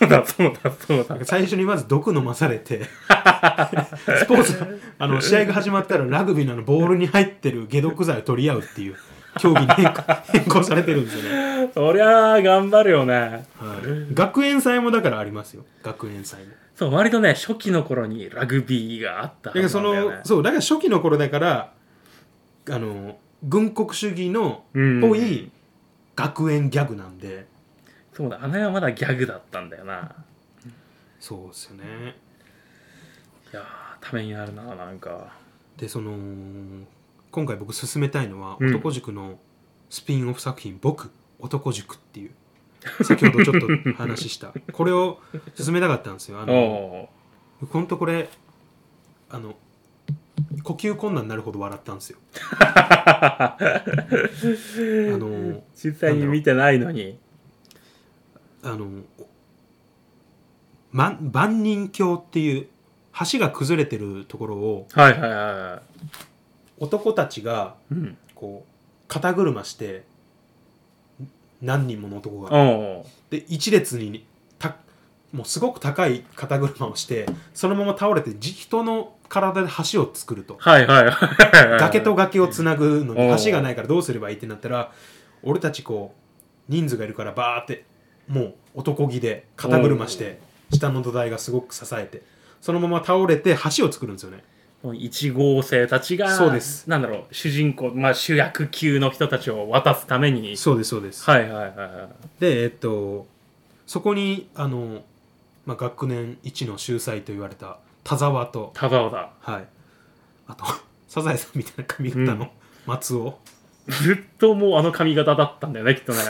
C: そうだそうだそうだ
A: なんか最初にまず毒飲まされて スポーツあの試合が始まったらラグビーのあのボールに入ってる解毒剤を取り合うっていう競技に変更変更されてるんですよね、
C: そりゃあ頑張るよね
A: はい、学園祭もだからありますよ学園祭も
C: そう割とね初期の頃にラグビーがあっ
A: だ
C: たは
A: か
C: ず
A: らそ
C: なんだよ
A: の
C: ね
A: そうだから初期の頃だからあの軍国主義の
C: うん
A: ぽい学園ギャグなんで、
C: そうだあの辺はまだギャグだったんだよな
A: そうですよね
C: いやーためになるななんか
A: でその今回僕勧めたいのは、
C: うん
A: 男塾のスピンオフ作品「僕男塾」っていう先ほどちょっと話したこれを勧めたかったんですよあの
C: お
A: ほんとこれあの呼吸困難になるほど笑ったんですよあの
C: 実際に見てないのに
A: あの、ま、万人橋っていう橋が崩れてるところを
C: はいはいは
A: 男たちが
C: い、うん、
A: こう肩車して何人もの男が、
C: お
A: で一列にたもうすごく高い肩車をしてそのまま倒れてじ人の体で橋を作ると
C: はいはいはい。
A: 崖と崖をつなぐの
C: おう
A: に橋がないからどうすればいいってなったら俺たちこう人数がいるからバーってもう男気で肩車して下の土台がすごく支えてそのまま倒れて橋を作るんですよね
C: 1号生たちが、
A: そうです
C: なんだろう、主人公、まあ主役級の人たちを渡すために、
A: そうですそうです
C: はいはいはいは
A: でえっとそこにあの、まあ、学年一の秀才と言われた田沢と
C: い。田沢だ。
A: はいあと サザエさんみたいな髪型
C: うん
A: の松尾、
C: ずっともうあの髪型だったんだよね、きっ とね。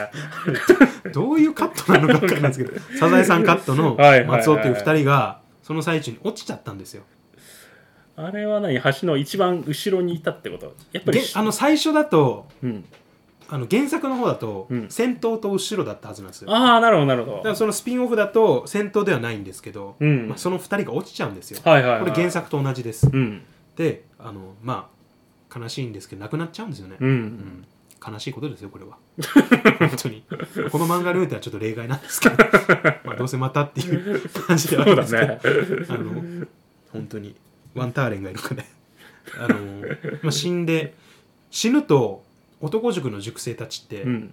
A: どういうカットなのか分からないですけ どサザエさんカットの
C: はいはいはい
A: 松尾という2人がその最中に落ちちゃったんですよ
C: あれは何橋の一番後ろにいたってことやっぱり
A: げ、あの最初だと
C: うん、
A: あの原作の方だと
C: うん
A: 先頭と後ろだったはずなんですよ、
C: ああ、なるほど、なる
A: だ
C: ほ
A: から
C: ど。
A: そのスピンオフだと先頭ではないんですけど、
C: うん
A: まあ、その2人が落ちちゃうんですよ、
C: はいはい、はい。
A: これ原。作と同じです
C: うん。
A: であのまあ悲しいんですけどなくなっちゃうんですよね、
C: うん。
A: うん悲しいことですよこれ は本当にこの漫画においてはちょっと例外なんです けどまあどうせまたっていう感じではあ
C: そ
A: る
C: うん
A: で
C: だ
A: すけど、
C: ね。
A: あの本当にワンターレンがいるから ねあの、まあ、死んで死ぬと男塾の塾生たちって
C: うん。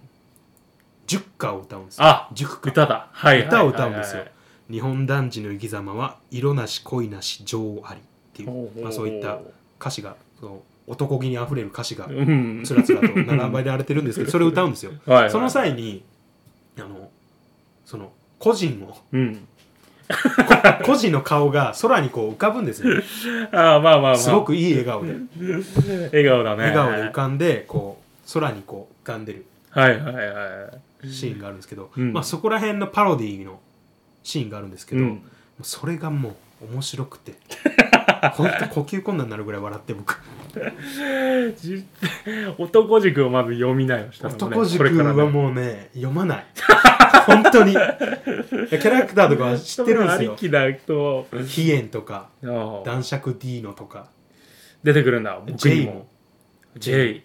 A: 塾歌を歌うんですよ、
C: あ、
A: 塾歌
C: 歌だ。はいはいはい、
A: 歌
C: はい。
A: を歌うんですよ日本男児の生き様は色なし恋なし情ありってい
C: ほうほ
A: う
C: うほう
A: まあ、そういった歌詞がそう男気にあふれる歌詞が
C: うん。
A: つらつらと並べられてるんですけどそれを歌うんですよ
C: はいはい
A: その際にあのその個人を
C: うん。
A: 個人の顔が空にこう浮かぶんですよ
C: あ あ、まあまあまあ。
A: すごくいい笑顔で
C: 笑顔だね。
A: 笑顔で浮かんでこう空にこう浮かんでる
C: はいはいはい。
A: シーンがあるんですけど、
C: うん
A: まあ、そこら辺のパロディーのシーンがあるんですけど、
C: うん
A: それがもう面白 くてほんと呼吸困難になるぐらい笑って僕
C: じ男塾をまず読みなよ、したのね
A: 男塾
C: これから
A: は
C: ね
A: もうね読まない本当にいやキャラクターとかは知ってるんです
C: あり
A: よ
C: きだと、
A: 飛燕とか
C: ああ
A: 男爵ディーノとか
C: 出てくるんだ、僕
A: ジェ
C: に
A: イ
C: も
A: も。
C: J。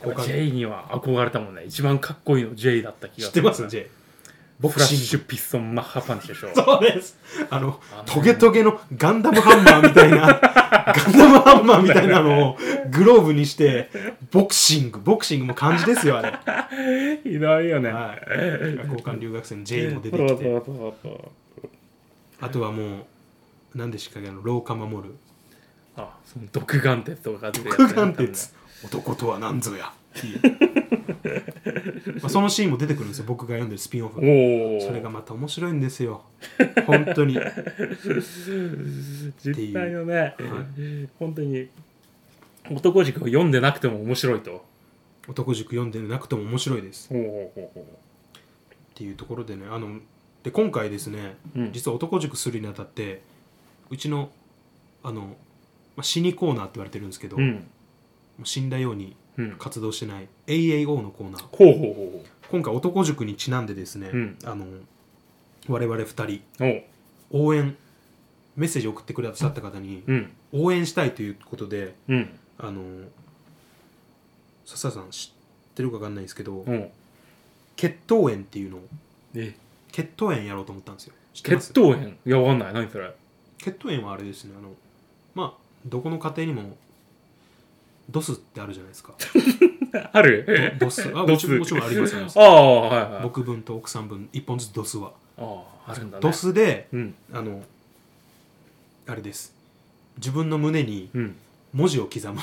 A: 交換
C: J には憧れたもんね。一番かっこいいの J だった気
A: 知
C: が
A: ってますジェイボ
C: フ
A: ク
C: ラッ
A: シング
C: シュピストンマッハパンチでしょ。
A: そうです。あの
C: あの、
A: トゲトゲのガンダムハンマーみたいな、ガンダムハンマーみたいなのをグローブにして、ボクシング、ボクシングも漢字ですよ、あれ。は
C: ひどいよね。
A: い。交換留学生の J も出て
C: そ
A: き
C: うそ
A: て、
C: うそうそう。
A: あとはもう、何でしたっけ、あの廊下守る。
C: あ、その毒眼鉄とかが出てや
A: 空間
C: つ
A: 鉄、男とは何ぞや。っていうまあそのシーンも出てくるんですよ、僕が読んでるスピンオフ。
C: おお。
A: それがまた面白いんですよ。本当に。
C: 実際のね、本当に男塾を読んでなくても面白いと。
A: 男塾読んでなくても面白いです。
C: おお。
A: っていうところでねあので今回ですね、
C: うん
A: 実は男塾するにあたってうちのあの、まあ、死にコーナーって言われてるんですけど、
C: う
A: も
C: ん。
A: う死んだように
C: うん。
A: 活動してない AAO のコーナー
C: ほうほうほ
A: 今回男塾にちなんでですね、
C: うん
A: あの我々2人
C: うほう。おう
A: 応援メッセージ送ってくださった方に
C: うん。
A: 応援したいということで
C: うん。
A: あの笹さん知ってるか分かんないですけど
C: おう
A: 血糖炎っていうのを
C: え、
A: 血糖炎やろうと思ったんですよ知ってます
C: 血糖炎いや、わかんない。何それ。
A: 血糖炎はあれですねあのまあどこの家庭にもドスってあるじゃないですか
C: ある
A: ドスあ
C: ド
A: も
C: ス
A: ちろんもちろんありますあります
C: ああ、はいはい。
A: 僕分と奥さん分一本ずつドスは
C: ああ、あるんだね。
A: ド。スで
C: うん。
A: あのあれです自分の胸に
C: うん。
A: 文字を刻むんで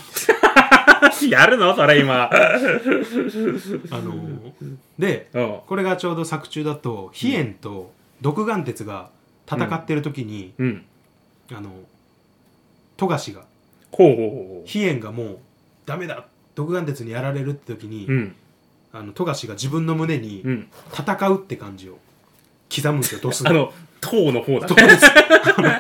A: す
C: やるのそれ 今。
A: あので
C: うん。
A: これがちょうど作中だと飛燕と毒眼鉄が戦ってる時に、
C: うん。
A: あの富樫が
C: ほうほうほうほ
A: 飛燕がもうダメだ毒眼鉄にやられるって時に、
C: う。うん。
A: あの富樫が自分の胸に
C: うん。
A: 戦うって感じを刻むんですよ、ドス
C: あ
A: が。
C: の、塔の方だ
A: そう。ですあの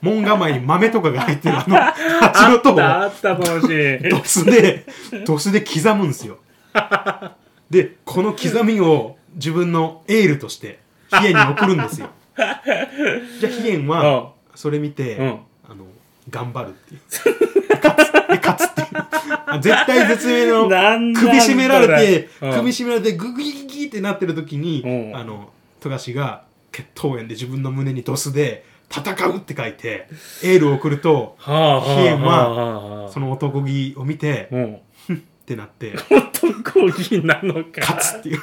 A: 門構えに豆とかが入ってるあの蜂の塔を
C: あった、あった、その シーン。
A: ドスでドスで刻むんですよでこの刻みを自分のエールとして飛燕に送るんですよじゃあ飛燕はそれ見て、
C: うん
A: あの頑張るっていう勝つで勝つっていう絶体絶命の
C: なんなん
A: 首絞められて、
C: それうん
A: 首絞められてグギギギってなってる時に、
C: うん
A: あの富樫が血糖炎で自分の胸にドスで「戦う」って書いてエールを送ると
C: はあはあはあはあ
A: その男気を見てっ
C: うん
A: てなって
C: 男気なのか
A: 勝つっていう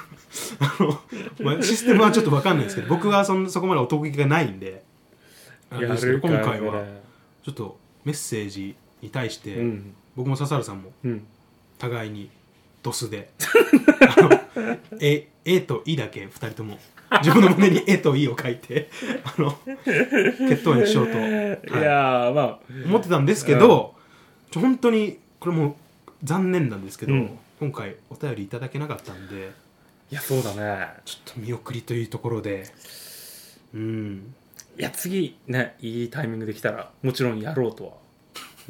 A: あの、まあ、システムはちょっと分かんないですけど僕はそんそこまで男気がないんであれ
C: や
A: ですけ
C: る
A: ど
C: か
A: 今回は
C: ね
A: ちょっとメッセージに対して、
C: うん
A: 僕も笹原さんも
C: うん
A: 互いにドスであのえ「え」と「い」だけ2人とも自分の胸に「え」と「い」を書いてあの決闘にしようと、
C: い
A: はい
C: やーまあ
A: 思ってたんですけど、ちょ本当にこれもう残念なんですけど、
C: うん
A: 今回お便りいただけなかったんで
C: いやそうだね
A: ちょっと見送りというところでうん
C: いや次ねいいタイミングできたらもちろんやろうとは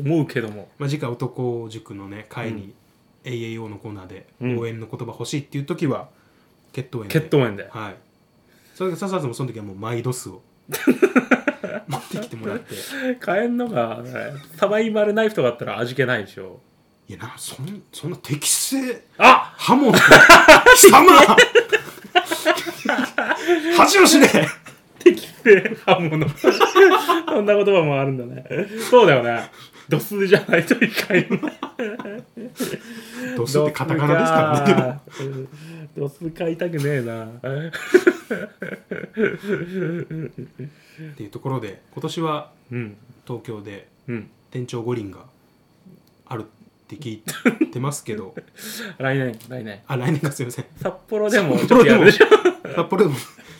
C: 思うけども
A: まあ、次回男塾のね会に AAO のコーナーで
C: うん
A: 応援の言葉欲しいっていう時は決闘園で
C: 決闘園で
A: はいそれが笹原さんもその時はもうマイドスを持ってきてもらってい
C: 買えんのが、ね、サバイバルナイフとかあったら味気ないでしょ
A: やなそんそんな適正
C: あ
A: 刃物貴様恥をしね
C: 適正刃物そんな言葉もあるんだねそうだよねドスじゃないといかんよね
A: ドスってカタカナですからねでも
C: ドスかドス買いたくねえな
A: っていうところで今年は
C: うん
A: 東京で
C: うん
A: 店長五輪があるって聞いてますけど
C: 来年来年
A: あ来年かすいません
C: 札幌でもちょっとやるでしょ
A: 札幌でも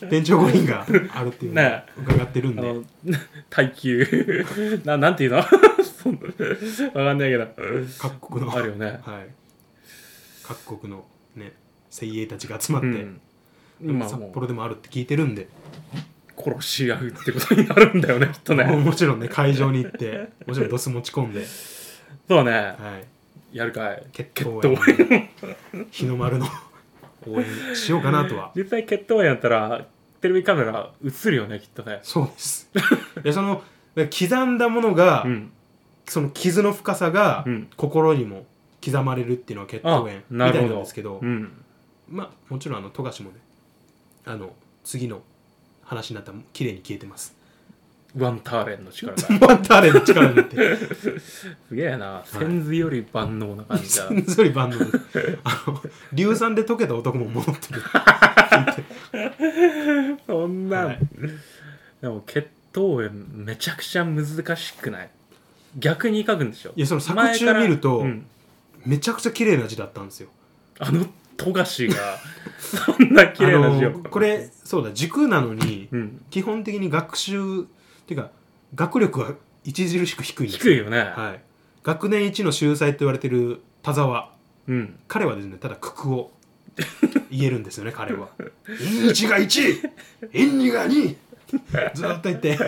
A: 店長五輪があるっていうのを
C: ね
A: 伺ってるん
C: あ
A: で、
C: の、 耐久。ななんていうのそんなわかんないけど。
A: 各国の
C: あるよね
A: はい、各国のね精鋭たちが集まって、
C: うん今
A: 札
C: も
A: 幌でもあるって聞いてるんで、
C: う殺し合うってことになるんだよね、きっと
A: もう
C: ね。
A: もちろんね会場に行ってもちろんドス持ち込んで、
C: そうね。
A: はい、
C: やるかい。
A: 決
C: 決
A: 闘
C: 闘
A: 園日の丸の応援しようかなと は
C: 実際決闘園やったら、テレビカメラ映るよね、きっとね。
A: そうですでその刻んだものが、
C: うん。
A: その傷の深さが
C: うん
A: 心にも刻まれるっていうのは決闘園みた
C: ない
A: な
C: るほ
A: ん
C: ど。
A: ですけど
C: うん。
A: まあもちろんあの富樫もねあの次の話になったら綺麗に消えてます
C: ワンターレンの力が。
A: バンターレンの力になって
C: すげえな。千頭より万能な感じだ。
A: それ万能ですあの硫酸で溶けた男も戻ってる
C: そんな、
A: はい
C: でも決闘園めちゃくちゃ難しくない逆に書くんでしょ
A: いやその作
C: 前
A: 中
C: から
A: 見ると
C: うん
A: めちゃくちゃ綺麗な字だったんですよ
C: あの富樫が そんな綺麗な字
A: あ
C: を
A: のこれそうだ軸なのに、
C: うん
A: 基本的に学習っていうか学力は著しく低いんです
C: 低いよね、
A: はい、学年一の秀才と言われてる田沢
C: うん
A: 彼はですねただ九九を言えるんですよね彼 は円一が一円二が二ずっと言って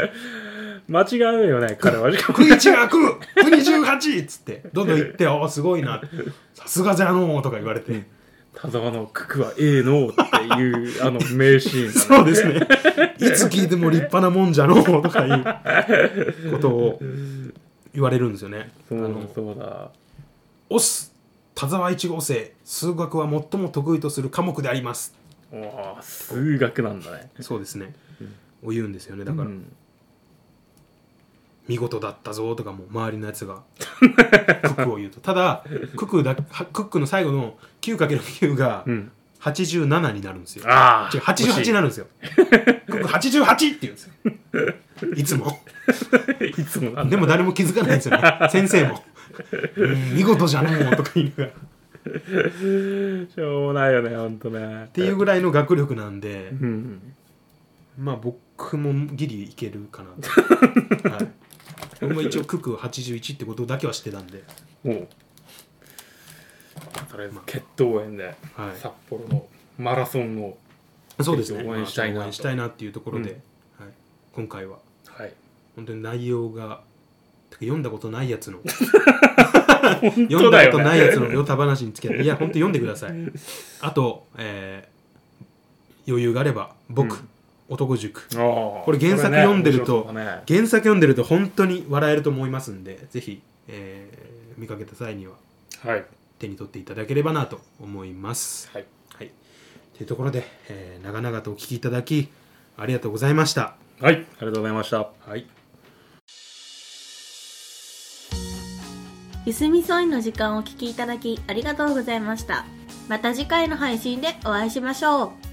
C: 間違うよね 彼はしかも
A: 九一が九九二十八っつってどんどん言っておーすごいなさすがじゃのうとか言われて
C: 田沢の「九九は A の」っていう あの名シーン
A: そうですねいつ聞いても立派なもんじゃのうとかいうことを言われるんですよね
C: そ
A: あ
C: う
A: の
C: そうだ
A: オス田沢一号生数学は最も得意とする科目であります
C: おー数学なんだね
A: そうですね、を言うんですよねだから、
C: うん
A: 見事だったぞとかもう周りのやつがクックを言うとただクックだはクックの最後の 9×9 が
C: うん
A: 87になるんですよ、
C: ああ
A: 違う88になるんですよクック88って言うんですよいつも
C: いつもなんだ
A: でも誰も気づかないんですよね先生もうん見事じゃねえとか言いながらっ
C: しょうもないよねほんとねって
A: いうぐらいの学力なんで
C: うん
A: まあ僕もギリいけるかなと、はい、僕も一応クック81ってことだけは知ってたんで
C: もうとりあえず決闘園で
A: はい
C: 札幌のマラソンを、
A: そうですね
C: ぜひ応援したいなと
A: まあ応援したいなっていうところで、はい、今回は
C: はい、
A: 本当に内容がてか読んだことないやつの
C: 当
A: 読ん
C: だ
A: だ
C: よね
A: ことないやつのヨタ話につき合っていや本当読んでくださいあと、えー余裕があれば「僕、
C: うん
A: 男塾
C: こ
A: これ原作読んでると、
C: ね面白
A: 原作読んでると本当に笑えると思いますんでぜひ、えー見かけた際には
C: そうだはい
A: 手に取っていただければなと思います。
C: はい
A: はい、というところで、えー長々とお聞きいただきありがとうございました。
C: はいありがとうございました
A: はい、
D: ゆすみそいの時間をお聞きいただきありがとうございましたまた次回の配信でお会いしましょう